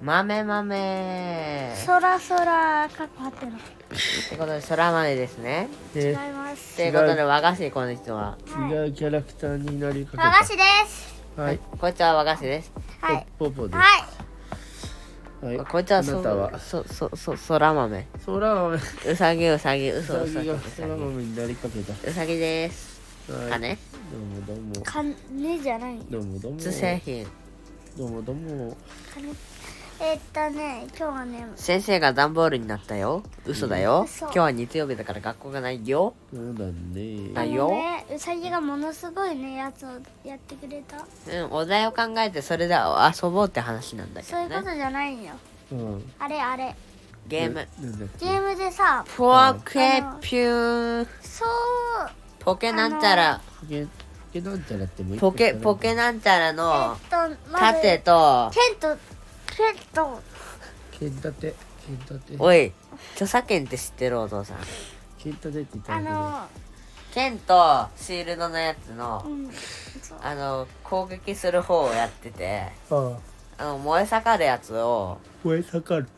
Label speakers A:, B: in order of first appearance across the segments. A: 豆豆
B: そらそらかっこはっての
A: ってことで、そら豆ですね。
B: 違
C: で
B: います
A: ということで、和菓子、この人は。
C: 違うキャラクターになりかけ
B: 和菓子です
C: たはい
A: こいつは和菓子です。
B: はい
C: ポポで
B: はい
C: すはい
A: こいつは
C: あ
A: そ、
C: なたは
A: そ、そ、そ、そら豆。
C: そら豆う
A: うさぎ、うさぎ、うそ、
C: さ
A: うさ
C: ぎ
A: ぎ、
C: が
A: う
C: そ
A: さぎ。
C: ら豆になりかけた
A: うさぎです。
C: はい
A: かね。
C: どうもどうも
B: 金じゃない
C: どうもどうも
A: つ製品。
C: どうもどうも
B: 金えっとね今日はね
A: 先生が段ボールになったよ。嘘だよ。
B: 嘘
A: 今日は日曜日だから学校がないよ。
C: そうだね
A: は
B: あ
A: い
B: のねうさぎがものすごいねやつをやってくれた
A: うん、お題を考えてそれで遊ぼうって話なんだけ
B: そうい
A: ど
B: うこと
A: ね。
B: じゃないんよ
C: うん
B: あれあれ
A: ゲーム。
C: なんだっ
B: ゲームでさ
A: ポケピューン。
B: そう
A: ポケなんちゃら。
C: ポケポケなんちゃらってもう一個
A: ポケ、ポケなんちゃら
B: え
A: の
B: っとまず
A: 盾と、
B: 剣と剣と
C: 剣立て剣立て
A: おい、著作権って知ってるお父さん。
C: 剣立てって言った
B: あ
C: んだけど
B: の
A: 剣とシールドのやつの
B: う、んそう
A: あの、攻撃する方をやってて、
C: ああ
A: あの、燃え盛るやつを、
C: 燃え盛る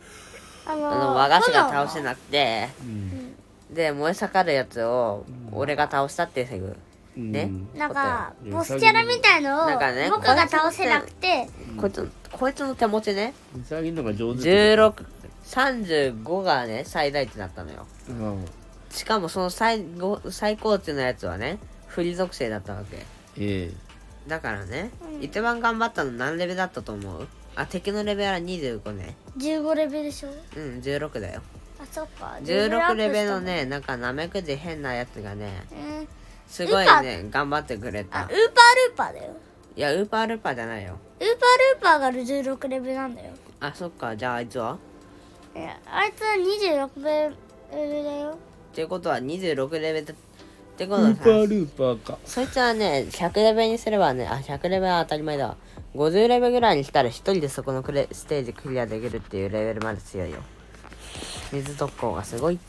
B: あの
A: あの、和菓子が倒せ
B: い
A: なくて、
C: うん
A: で、燃え盛るやつを、俺が倒したっていう。
C: うん
A: ね
B: なんか
C: うん
B: ボスキャラみたいのを
A: なんかね
B: 僕が倒せなくて
A: こいつ、こいつの手持ちね、
C: うさぎのが上手ってこ
A: 16、35がね、最大値だったのよ。
C: とうん
A: しかもその最後最高値のやつはね不利属性だったわけ
C: え
A: だからね、
B: うん
A: 一番頑張ったの何レベルだったと思うあ敵のレベルは25ね
B: 15レベルでしょ
A: うん16だよ
B: あそっか
A: 16レベルの
B: アップ
A: ねなんかナメクジ変なやつがね
B: したのうん
A: すごいね頑張ってくれ
B: あウーパ
A: た
B: ールーパーだよ
A: いやウーパールーパーじゃないよ
B: ウーパールーパーが16レベルなんだよ
A: あそっかじゃああいつはい
B: やあいつは26レベルだよ
A: っていうことは26レベルだってこ
C: ウ
A: とは
C: ー
A: さ
C: パールーパーか
A: そいつはね100レベルにすればねあ100レベルは当たり前だわ50レベルぐらいにしたら一人でそこのクレステージクリアできるっていうレベルまで強いよ水特攻がすごい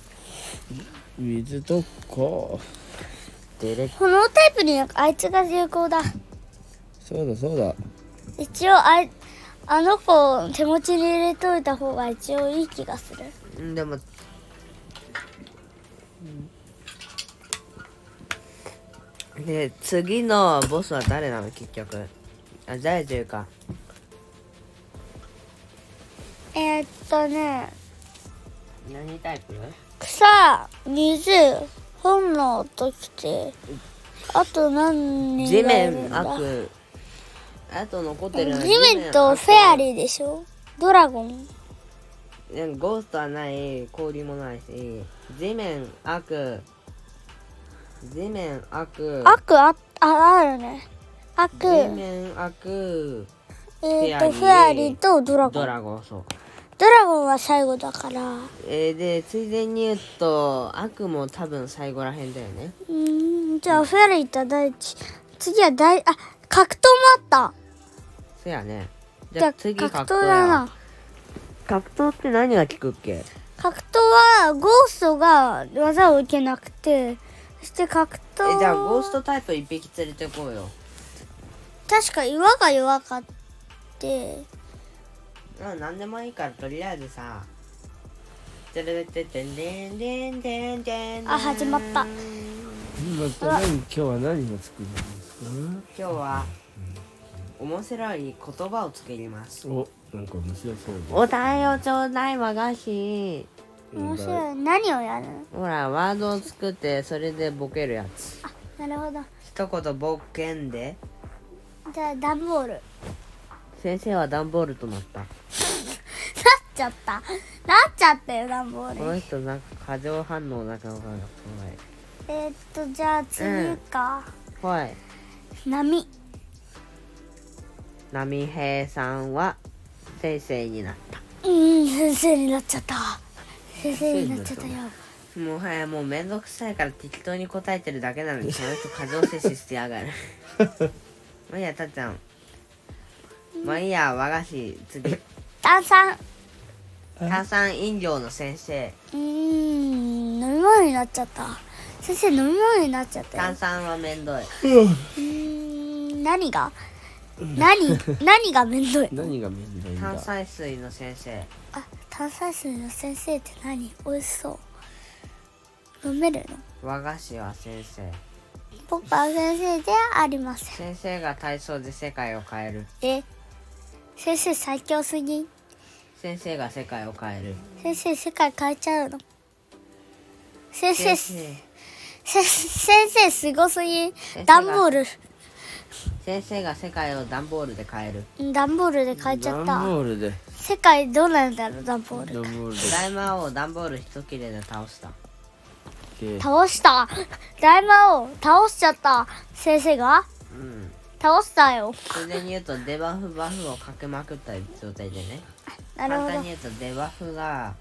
C: 水とこ
A: デレ
B: 炎タイプにあいつが有効だ
C: そうだそうだ
B: 一応あいあの子を手持ちに入れといた方が一応いい気がする
A: んでもで次のボスは誰なの結局あ誰というか
B: えー、っとね
A: 何タイプ
B: 草水本能ときてあと何人
A: 地
B: がいるん
A: 面
B: だ
A: 悪あと残ってるのは
B: 地面とフェアリーでしょドラゴン
A: うんゴーストはない氷もないし地面悪地面悪
B: 悪あああるね悪
A: 地面悪
B: えー、
A: フェアリ
B: と
A: ー
B: フェアリーとドラゴン
A: ドラゴンそう
B: ドラゴンは最後だからう
A: えー、でついでに言うと悪も多分最後らへんだよね
B: ーんじゃあフェアリーと第一次は第あ格闘もあっ
A: そやね
B: た
A: じ
B: じ
A: ゃ
B: ゃ
A: あ
B: あ
A: 次
B: 格
A: 格闘
B: 闘だ
A: や
B: な
A: 格闘って何が効くっけ
B: 格闘はゴーストが技を受けなくてそして格闘
A: えじゃあゴーストタイプ一匹連れてこうよ
B: 確か岩が弱かって
A: うん何でもいいからとりあえずさてれててんでんでんでんでんでん
B: あ始まった
C: 今何今日は何が作るんです
A: 今日は面白い言葉を作ります
C: かおなんか面白そうだ
A: お題をちょうだい和菓子
B: 面白い何をやるの
A: ほらワードを作ってそれでボケるやつ
B: なるほど
A: 一言ボケんで
B: じゃあ段ボールなっ
A: 先生は段ボールとなった
B: ちゃったなっちゃったよ段ボ
A: こ
B: ー
A: の
B: ル
A: 人なんか過剰反応だから怖い
B: えー、っとじゃあ次か、
A: 怖い
B: 波
A: 波平さんは先生になった
B: うん先生になっちゃった先生になっちゃったよ
A: もはやもうめんどくさいから適当に答えてるだけなの にその人過剰摂取してやがるまあいいやたっちゃんまあいいや和菓子次
B: 炭酸
A: 炭酸飲料の先生
B: うーん飲み物になっちゃった先生飲み物になっちゃった
A: 炭
B: よ
A: 酸はめんどいう
B: ーん何が 何何がめんどい
C: 何が面倒いん
A: 炭
C: だ
A: 酸水の先生
B: あ炭酸水の先生って何美味しそう飲めるの
A: 和菓子は先生
B: ポッパー先生ではありませ
A: 先
B: ん
A: 生が体操で世界を変える
B: え先生最強すぎん
A: 先生が世界を変える
B: 先生世界変えちゃうの先生
A: 先
B: せ
A: 生
B: 先生すごすぎん
A: 生が
B: 段ボー
A: 先生が世界を段ボールで変える
B: ル段ボールで変えちゃっ
C: 段
B: た
C: ボールで
B: 世界どうなんだろう段ボール
C: 段ボールで
A: 大魔王を段ボール一切れで倒した
C: 切って
B: 倒した大魔王倒しちゃった先生が
A: うん
B: 倒したよ
A: それで言うとデバフバフをかけまくった状態でね
B: なる
A: 簡単
B: ほ
A: に
B: ど
A: 言うとデバフが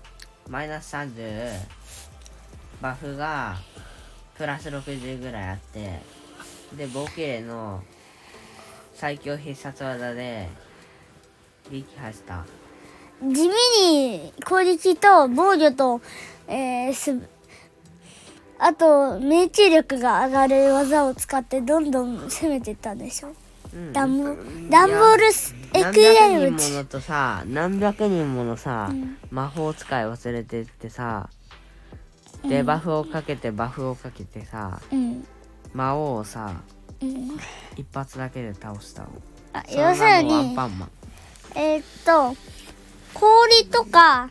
A: マイナス30バフがプラス60ぐらいあってでボキレの最強必殺技で撃破した
B: 地味に攻撃と防御と、えー、すあと命中力が上がる技を使ってどんどん攻めていったんでしょ
A: うん
B: ダンボダンボールスエ
A: 何
B: クレ
A: 百
B: ム
A: 人ものとさ何百人ものさ、魔法使いを連れてってさでバフをかけてバフをかけてさ
B: うん、
A: 魔王をさ
B: うん、
A: 一発だけで倒した
B: あ
A: その
B: 要する
A: 名もワン
B: に
A: パンマン
B: えーっと氷とか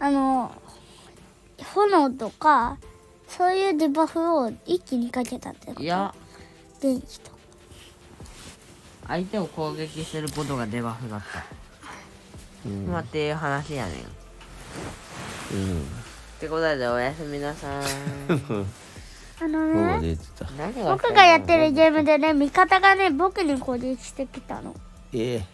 B: あの炎とかそういうデバフを一気にかけたってこと
A: いや
B: 電気と
A: 相手を攻撃することがデバフだった、まあっていう話やねんっ
C: う
A: てことでおやすみな さーい
C: ん
B: あの
C: 僕
B: ね
C: が出てた
A: 何が
B: 僕がやってるゲームでね味方がね僕に攻撃してきたの
C: ええ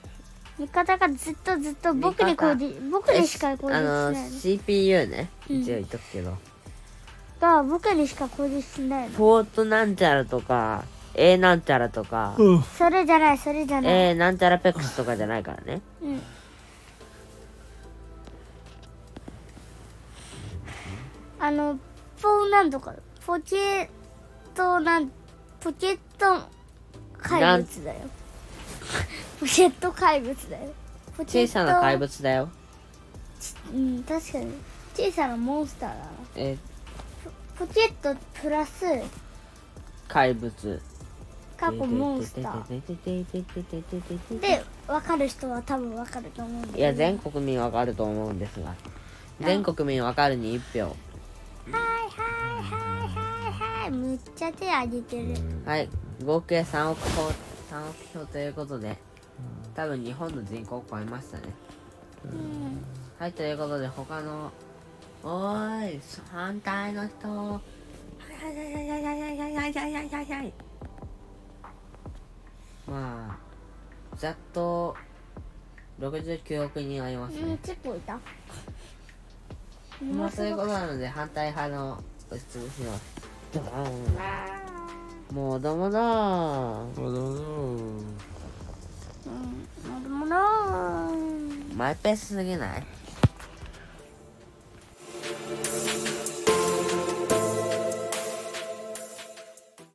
B: 味方がずっとずっと僕に攻撃僕にしか攻撃し
A: あ
B: な
A: の
B: いの
A: CPU ね一応言っとくけど、
B: が僕にしか攻撃しないの
A: ポートなんちゃらとか A なんちゃらとか、
B: それじゃないそれじゃない、
A: A なんちゃらペックスとかじゃないからね
B: うんあのポーなんとかポケットなんポケット怪物だよポケット怪物だよポケッ
A: 小
B: ト
A: さな怪物だよ
B: うん確かに小さなモンスターだな
A: え
B: ポケットプラス
A: 怪物
B: 過去モンスターで分かる人は多分分かると思うんだけど
A: いや全国民わかると思うんですが全国民わかるに1票
B: はいはいはいはいはいむっちゃ手あげてる
A: はい合計3億票3億票ということで多分日本の人口を超えましたねはいということで他のおーい反対の人はいはいはいはいはいはいはいはいはいはいはいまあざっと69億人はいます
B: うん
A: ね
B: 結構いた
A: ま
B: も
A: あ
B: う
A: そうい
B: す
A: うこ
B: ご
A: と
B: い
A: なので反対派の押しつぶしますドーンもうどもどーん
C: あの
B: うんもろもろ
A: マイペースすぎない